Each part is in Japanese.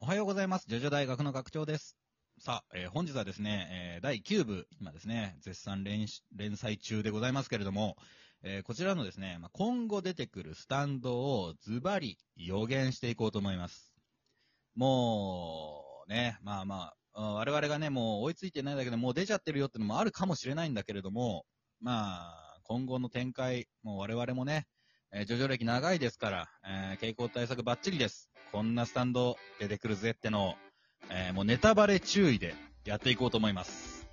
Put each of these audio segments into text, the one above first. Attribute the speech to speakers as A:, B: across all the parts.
A: おはようございます。ジョジョ大学の学長です。さあ、えー本日はですね、えー第9部、今ですね、絶賛連し連載中でございますけれども、えーこちらのですね、まあ、今後出てくるスタンドをズバリ予言していこうと思います。もう、ね、まあまあ、うん我々がね、もう追いついてないんだけど、もう出ちゃってるよってのもあるかもしれないんだけれども、まあ、今後の展開、もう我々もね、えー、ジョジョ歴長いですから、えー傾向対策バッチリです。こんなスタンド出てくるぜってのを、えーもうネタバレ注意でやっていこうと思います。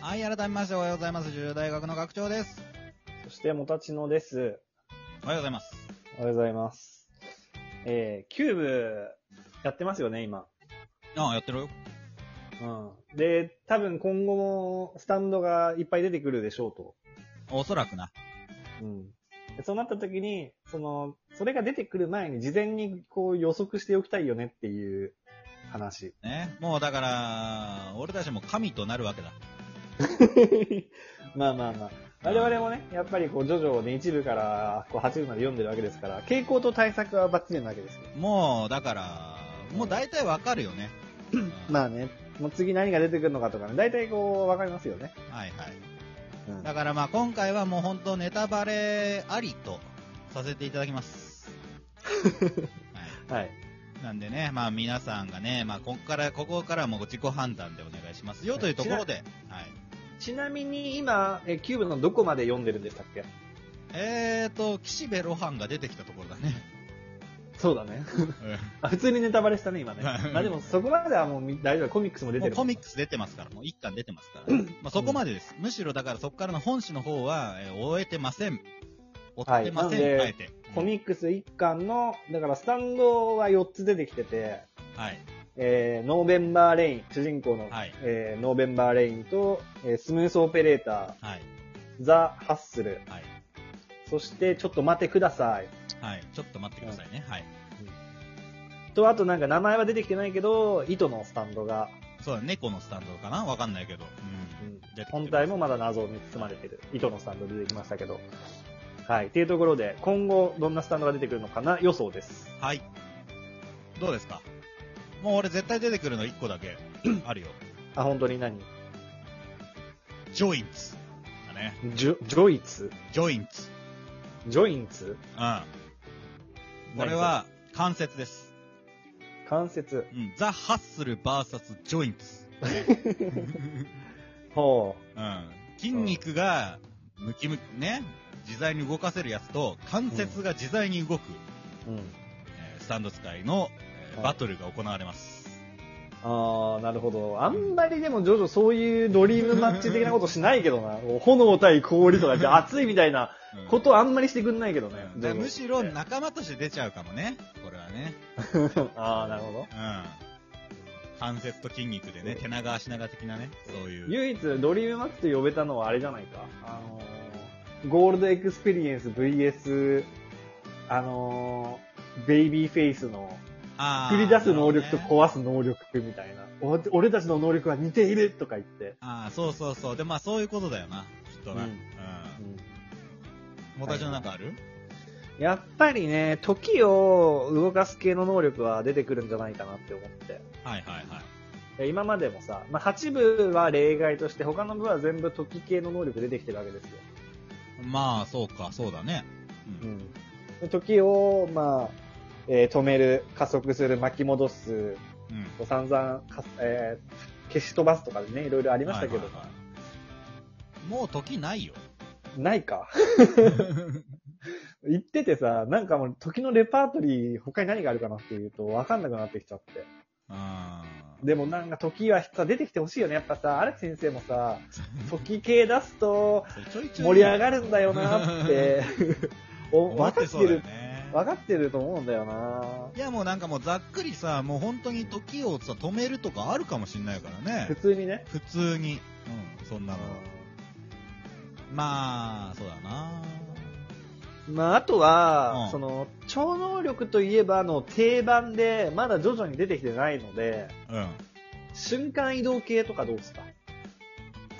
A: はい、改めましておはようございます。ジョジョ大学の学長です。
B: そして、もたちのです。
A: おはようございます。
B: おはようございます。えー、キューブ、やってますよね、今。
A: ああ、やってるよ。
B: うん。で、多分今後も、スタンドがいっぱい出てくるでしょうと。
A: おそらくな。
B: うん。でそうなった時に、その、それが出てくる前に事前にこう予測しておきたいよねっていう話。
A: ね。もうだから、俺たちも神となるわけだ。
B: まあまあまあ。我々もね、やっぱりこう、ジョジョをね、1部からこう8部まで読んでるわけですから、傾向と対策はバッチリなわけですよ。
A: もう、だから、もう大体わかるよね。
B: まあね、もう次何が出てくるのかとかね、大体こう、わかりますよね。
A: はいはい。
B: うん
A: だからまあ今回はもう本当ネタバレありとさせていただき ます。はい
B: はい。
A: なんでね、まあ皆さんがね、まあここから、ここからはもう自己判断でお願いしますよというところで、はい。
B: ちなみに今、えキューブのどこまで読んでるんでしたっけ
A: えーと、岸辺露伴が出てきたところだね。
B: そうだね。 あ普通にネタバレしたね、今ね。
A: はい
B: まあでもそこまではもうみ大丈夫。コミック スも出
A: も
B: て
A: う
B: る。
A: コミックス出てますから、もう一巻出てますから、まあそこまでです。むしろだからそこからの本誌の方は、えー終えてません。追ってません、
B: はい
A: 書
B: なんで
A: いて。
B: コミックス1巻の、だからスタンドは4つ出てきてて、
A: はい。
B: えー、ノーベンバーレイン、主人公の、
A: はい
B: えーノーベンバーレインと、えースムースオペレータ
A: はい。
B: ー、ザ・ハッスル、
A: はい。
B: そしてちょっと待ってください。
A: はい。ちょっと待ってくださいね。はい。
B: と、あとなんか名前は出てきてないけど、糸のスタンドが、
A: そうだ、猫のスタンドかなわかんないけど。
B: う
A: うん出
B: ん、
A: てきてます
B: 本体もまだ謎に包まれてる。糸のスタンド出てきましたけど。はい。っていうところで、今後どんなスタンドが出てくるのかな予想です。
A: はい。どうですかもう俺絶対出てくるの1個だ けあるよ。
B: あ、本当に何
A: ジョインツ。だね。
B: ジョ、ジョイツ
A: ジョインツ。
B: ジョインツ
A: うん。これは関節です。
B: 関節。
A: うん。ザ・ハッスル VS ジョイ ンツ。
B: ほ
A: うん。筋肉がムキムキ、ね。自在に動かせるやつと、関節が自在に動く、
B: う。うん。
A: えースタンド使いの、えー
B: はい
A: バトルが行われます。
B: あー、なるほど。あんまりでも、ジョジョそういうドリームマッチ的なことしないけどな。こう炎対氷とかで熱いみたいな
A: うん
B: ことあんまりしてくんないけどね
A: うん。だからむしろ
B: な。
A: 仲間として出ちゃうかもね。これはね。
B: あー、なるほど。
A: うん。関節と筋肉でね、手長足長的なね、そういう。
B: 唯一ドリームマッチと呼べたのはあれじゃないか。あのー、ゴールドエクスペリエンス VS、あのー、ベイビーフェイスの
A: あー
B: 作り出す能力と
A: なるほどね
B: 壊す能力みたいな。お俺たちの能力は似ているとか言って。
A: ああ、そうそうそう。で、まあそういうことだよな。きっとな。う
B: うんん。
A: もたちのなんかある、
B: やっぱりね、時を動かす系の能力は出てくるんじゃないかなって思って。
A: はい、はいはいはい
B: いや今までもさ、まあ、8部は例外として他の部は全部時系の能力出てきてるわけですよ。
A: まあ、そうか、そうだね。う。
B: うんんで時を、まあ、えー止める、加速する、巻き戻す、
A: うん。
B: こう散々か、えー消し飛ばすとかね、いろいろあり
A: 出
B: ましたけど、
A: もう時ない よ。
B: ないか。 言っててさ、なんかもう時のレパートリー、他に何があるかなっていうと、わかんなくなってきちゃって。
A: うん。
B: でもなんか時はさ、出てきてほしいよね。やっぱさ、荒木先生も さ、時系出すと
A: そうちょいちょい
B: 盛り上がるんだよなって、 お
A: 思
B: 分
A: って
B: かって
A: そうだよ
B: る、
A: ね。
B: 分かってると思うんだよない
A: やもうなんかもうざっくりさ、もう本当に時をさ、止めるとかあるかもしんないから
B: 普
A: ね。
B: 通にね。
A: 普通に。うん、そんなの。まあ、そうだな。
B: まあ、あとは、
A: うん
B: その、超能力といえば、あの、定番で、まだ徐々に出てきてないので、
A: うん。
B: 瞬間移動系とかどうですか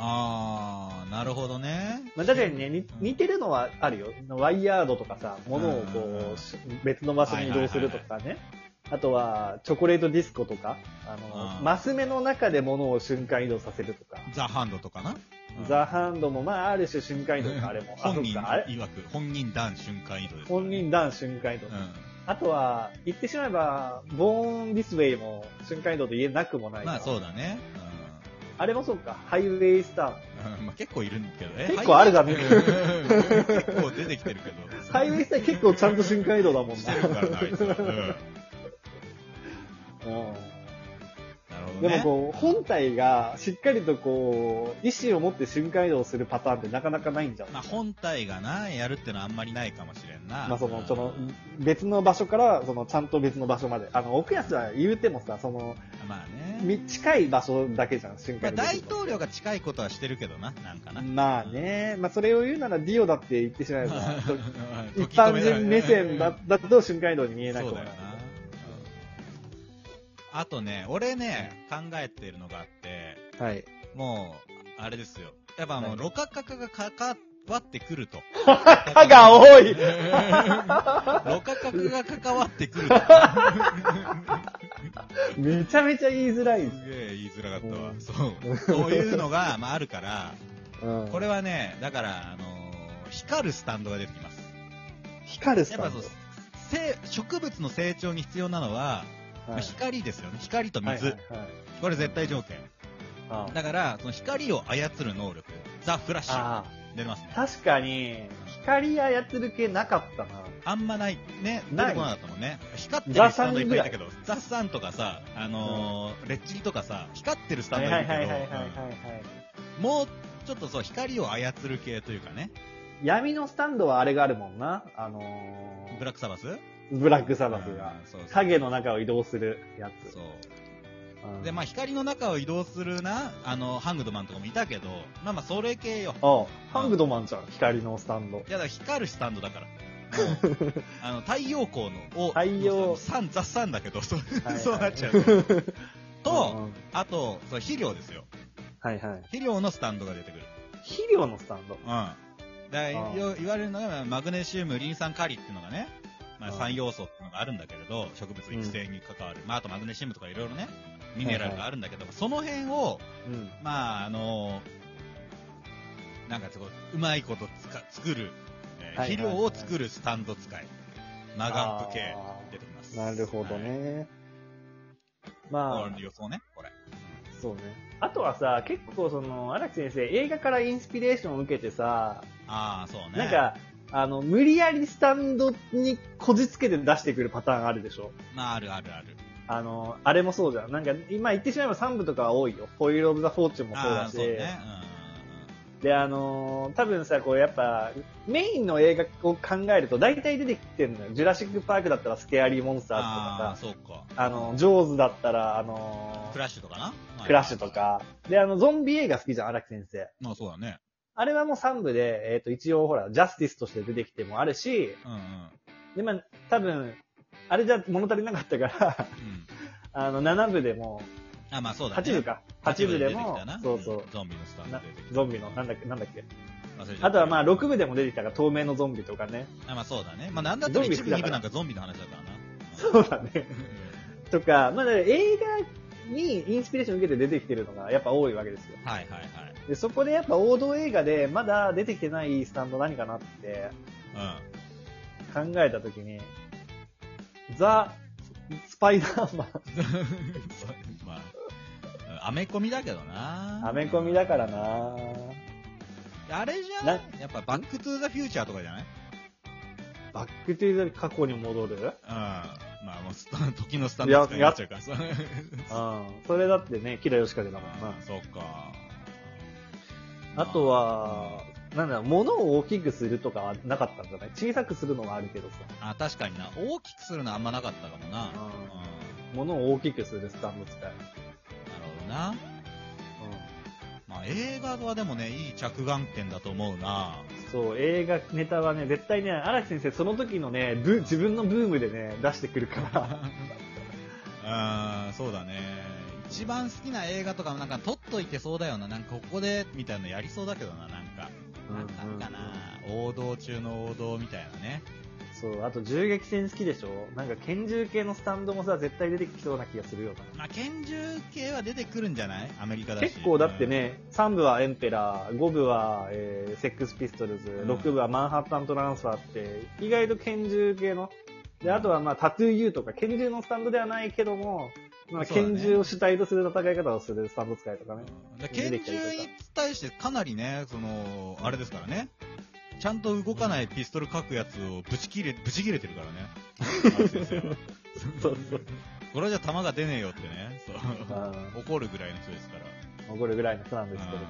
A: あー、なるほどね。
B: まあ、確かにね、に似てるのはあるよ。ワイヤードとかさ、物をこ
A: うん
B: う、し別の場所に移動するとかね。あとは、チョコレートディスコとか、あ
A: うん
B: の、マス目の中で物を瞬間移動させるとか。
A: ザ・ハンドとかな。
B: ザ・ハンドも、まあ、ある種瞬間移動か、あれも。あ、そ
A: 本
B: う
A: 人
B: か、あれ
A: 曰く、本人弾瞬間移動です、
B: 本人ダン瞬間移動。
A: う
B: あとは、言ってしまえば、ボーン・ディスウェイも瞬間移動と言えなくもない
A: ん。
B: から
A: まあそうだね。
B: あれもそうか、ハイウェイスター。
A: うん うんまあ結構いるんだけど、え
B: 結構あるだね
A: ハイウェイうん結構出てきてるけど。
B: ハイウェイスター結構ちゃんと瞬間移動だもん
A: してるからな、あいつは。うん。なる
B: な。
A: ほ
B: うん、
A: ど
B: で
A: ね。
B: もこう、本体がしっかりとこう、意思を持って瞬間移動するパターンってなかなかないんじゃん。
A: まあ本体がな、やるってのはあんまりないかもしれんな。
B: まあその、そ
A: う
B: の
A: ん、
B: 別の場所から、その、ちゃんと別の場所まで。あの、奥安は言うてもさ、その、
A: まあね。
B: み近い場所だけじゃん、瞬
A: ま
B: 間
A: あ大
B: 移動できるの。
A: 統領が近いことはしてるけどな、なんかな。
B: まあね、まあそれを言うならディオだって言ってしまえば、 と
A: 一
B: 一般人目線だだと瞬間移動に見えなく
A: そう
B: もな
A: だよ
B: い
A: な。あとね、俺ね、考えてるのがあって、
B: はい。
A: もう、あれですよ。やっぱもう、
B: 何
A: ろ過価格が関わってくると。
B: 歯が多い
A: ろ過価格が関わってくると。
B: めちゃめちゃ言いづらい。
A: すげえ言いづらかったわ
B: う。ん
A: そう。そういうのが、まああるから、
B: うん
A: これはね、だから、あのー光るスタンドが出てきます。
B: 光るス
A: やっ
B: タ
A: ぱそ
B: ンド
A: う、せ植物の成長に必要なのは、まあ
B: はい
A: 光ですよね。光と水。
B: はいはいはい
A: これ絶対条件。
B: あ
A: だから、その光を操る能力。ザ・フラッシュ。
B: あ
A: 出ますね。
B: 確かに、光操る系なかったな。
A: あんまない。ね、出
B: ない
A: てこなかったもんね。光って
B: ザ
A: るスタンドいっぱいいたけど、ザ・サンとかさ、あのーレッチリとかさ、光ってるスタンドいるけど、うんもうちょっとそう、光を操る系というかね、
B: 闇のスタンドはあれがあるもんな。あの
A: ブラックサバス
B: ー、ブラックサバスが
A: うん。そうそう
B: 影の中を移動するやつ。
A: そう。
B: うん
A: で、まあ光の中を移動するな、あの、ハングドマンとかもいたけど、まあまあそれ系よ。
B: あ、ハングドマンじゃん、光のスタンド。
A: いやだから光るスタンドだ から。あの、太陽光の、を、
B: 太陽
A: サン、ザ・サンだけど、そう、
B: は い
A: そうなっちゃうと。
B: う
A: と、
B: ん
A: あと、そう肥料ですよ。
B: はいはい。
A: 肥料のスタンドが出てくる。
B: 肥料のスタンド
A: う。ん。だから
B: あー
A: よ言われるのが、マグネシウム、リン酸カリっていうのがね、まあ、
B: あー
A: 3要素っていうのがあるんだけれど、植物育成に関わる。まあ、あとマグネシウムとかいろいろね、ミネラルがあるんだけど、その辺を、
B: うん。
A: まあ、あのーなんかすごい、うまいことつか作る、えー
B: はいはいはい
A: 肥料を作るスタンド使い。マガップ系
B: あー
A: 出てきます。
B: なるほど
A: はい。
B: ね。
A: こ
B: ま
A: れ
B: あ、
A: 予想ね、これ。
B: そうね。あとはさ、結構その、荒木先生、映画からインスピレーションを受けてさ、
A: ああ、そうね。
B: なんか、あの、無理やりスタンドにこじつけて出してくるパターンあるでしょ
A: まあ、あるあるある。
B: あの、あれもそうじゃん。なんか、今言ってしまえば3部とかは多いよ。ホイール・オブ・ザ・フォーチュンもそう
A: あ
B: だ
A: あ、
B: し。
A: そうね。
B: で、あのー多分さ、こうやっぱ、メインの映画を考えると大体出てきてるのよ。ジュラシック・パークだったらスケアリー・モンスターズと
A: ああー、
B: かさ、
A: そうか。
B: あの、ジョーズだったら、あのー
A: クラッシュとかな
B: クラッシュと。か。で、あの、ゾンビ映画好きじゃん、荒木先生。
A: まあそうだね。
B: あれはもう3部で、えっ、と、一応ほら、ジャスティスとして出てきてもあるし、
A: うんうん。う
B: で、まあ、多分、あれじゃ物足りなかったから、
A: ん。
B: あの、7部でも、
A: あ、まあそうだね。
B: 8部か。8部でも
A: 八部出てきたな、
B: そうそ
A: んゾンビのスタ
B: う、
A: ンド
B: な
A: 出てきた。
B: ゾンビの、なんだっけ、なんだっけ。
A: 忘れちゃった
B: あとはまあ、6部でも出てきたから、透明のゾンビとかね。
A: あまあそうだね。まあなんだったら
B: ゾンビ
A: 一部
B: 好きだ
A: 二
B: か
A: 部な
B: ら
A: んかゾンビの話だからな。
B: そうだね。
A: うん
B: とか、まあ、だから映画にインスピレーション受けて出てきてるのがやっぱ多いわけですよ。
A: はいはいはい。
B: で、そこでやっぱ王道映画でまだ出てきてないスタンド何かなって
A: う
B: 考えたときに、ザ・スパイダーマ
A: ん。 そうまあ、アメコミだけどな。
B: ン、アメコミだからな
A: あれじゃないやっぱバックトゥーザフューチャーとかじゃない
B: バックトゥーザ過去に戻るうん。
A: うん。まあもうスタン 時のスタンド使いになっちゃうからさ。
B: それだってね、キラヨシカゲだからな
A: あ。 そうか。
B: あとは、なんだろう、物を大きくするとかはなかったんじゃない小さくするのはあるけどさ。
A: まあ、あ、確かにな。大きくするのあんまなかったかもな。うん。なる
B: 物を大きくするスタンド使い。
A: ほどな。まあな。映画はでもね、いい着眼点だと思うな。
B: そう、映画ネタはね、絶対ね、荒木先生、その時のね、ブ自分のブームでね、出してくるから。
A: あーそうだね。一番好きな映画とかもなんか撮っといてそうだよな。なんかここで、みたいなのやりそうだけどな、なんか。なんかあったかな。王道中の王道みたいなね。
B: そう、あと銃撃戦好きでしょなんか拳銃系のスタンドもさ、絶対出てきそうな気がするよ
A: まあ、拳銃系は出てくるんじゃないアメリカ
B: な。
A: だし。
B: 結構だってね、3部はエンペラー、5部は、えーセックスピストルズ、
A: ん
B: 6部はマンハッタントランスファーって、意外と拳銃系の、で、あとはまあタトゥーユーとか、拳銃のスタンドではないけども、まあ
A: そうだね
B: 拳銃を主体とする戦い方をするスタンド使いとかね。
A: だから拳銃に対してかなりね、その、あれですからね。ちゃんと動かないピストル書くやつをぶち切れ、ぶち切れてるからね。青木先生は
B: そうそう。
A: これじゃ弾が出ねえよってね。そうう。怒るぐらいの人ですから。
B: 怒るぐらいの人なんですけども。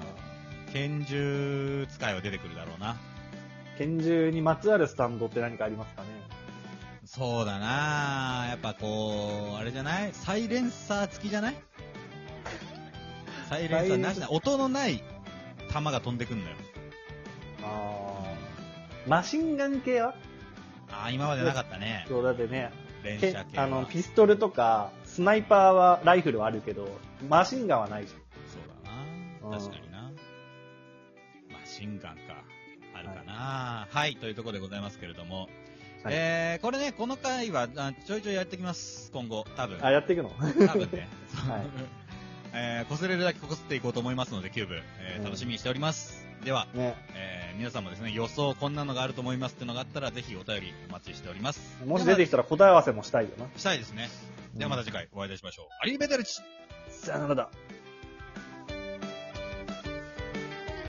A: 拳銃使いは出てくるだろうな。
B: 拳銃にまつわるスタンドって何かありますかね
A: そうだなやっぱこう、あれじゃないサイレンサー付きじゃないサイレンサーなしな、音のない弾が飛んでくんだよ。
B: あーマシンガン系は
A: ああ、今までなかったね。
B: そう、だってね、
A: 連
B: け
A: 射系は。
B: あの、ピストルとか、スナイパーは、ライフルはあるけど、マシンガンはないじ
A: そうだ
B: う
A: な。
B: ん
A: 確かにな。マシンガンか。あるかな。はい、というところでございますけれども。
B: はい
A: えー、これね、この回はあちょいちょいやってきます。今後、多分
B: ゃん。。あ、やっていくの
A: 多分ね。
B: はい
A: えー、こすれるだけこすっていこうと思いますので、キューブ。えー
B: うん
A: 楽しみにしております。では、
B: ね。
A: えー、皆さんもですね、予想こんなのがあると思いますっていうのがあったら、ぜひお便りお待ちしております。
B: もし出てきたら答え合わせもしたいよな。
A: したいですね。ではまた次回お会いいたしましょう。アリーベテルチ
B: さよならだ。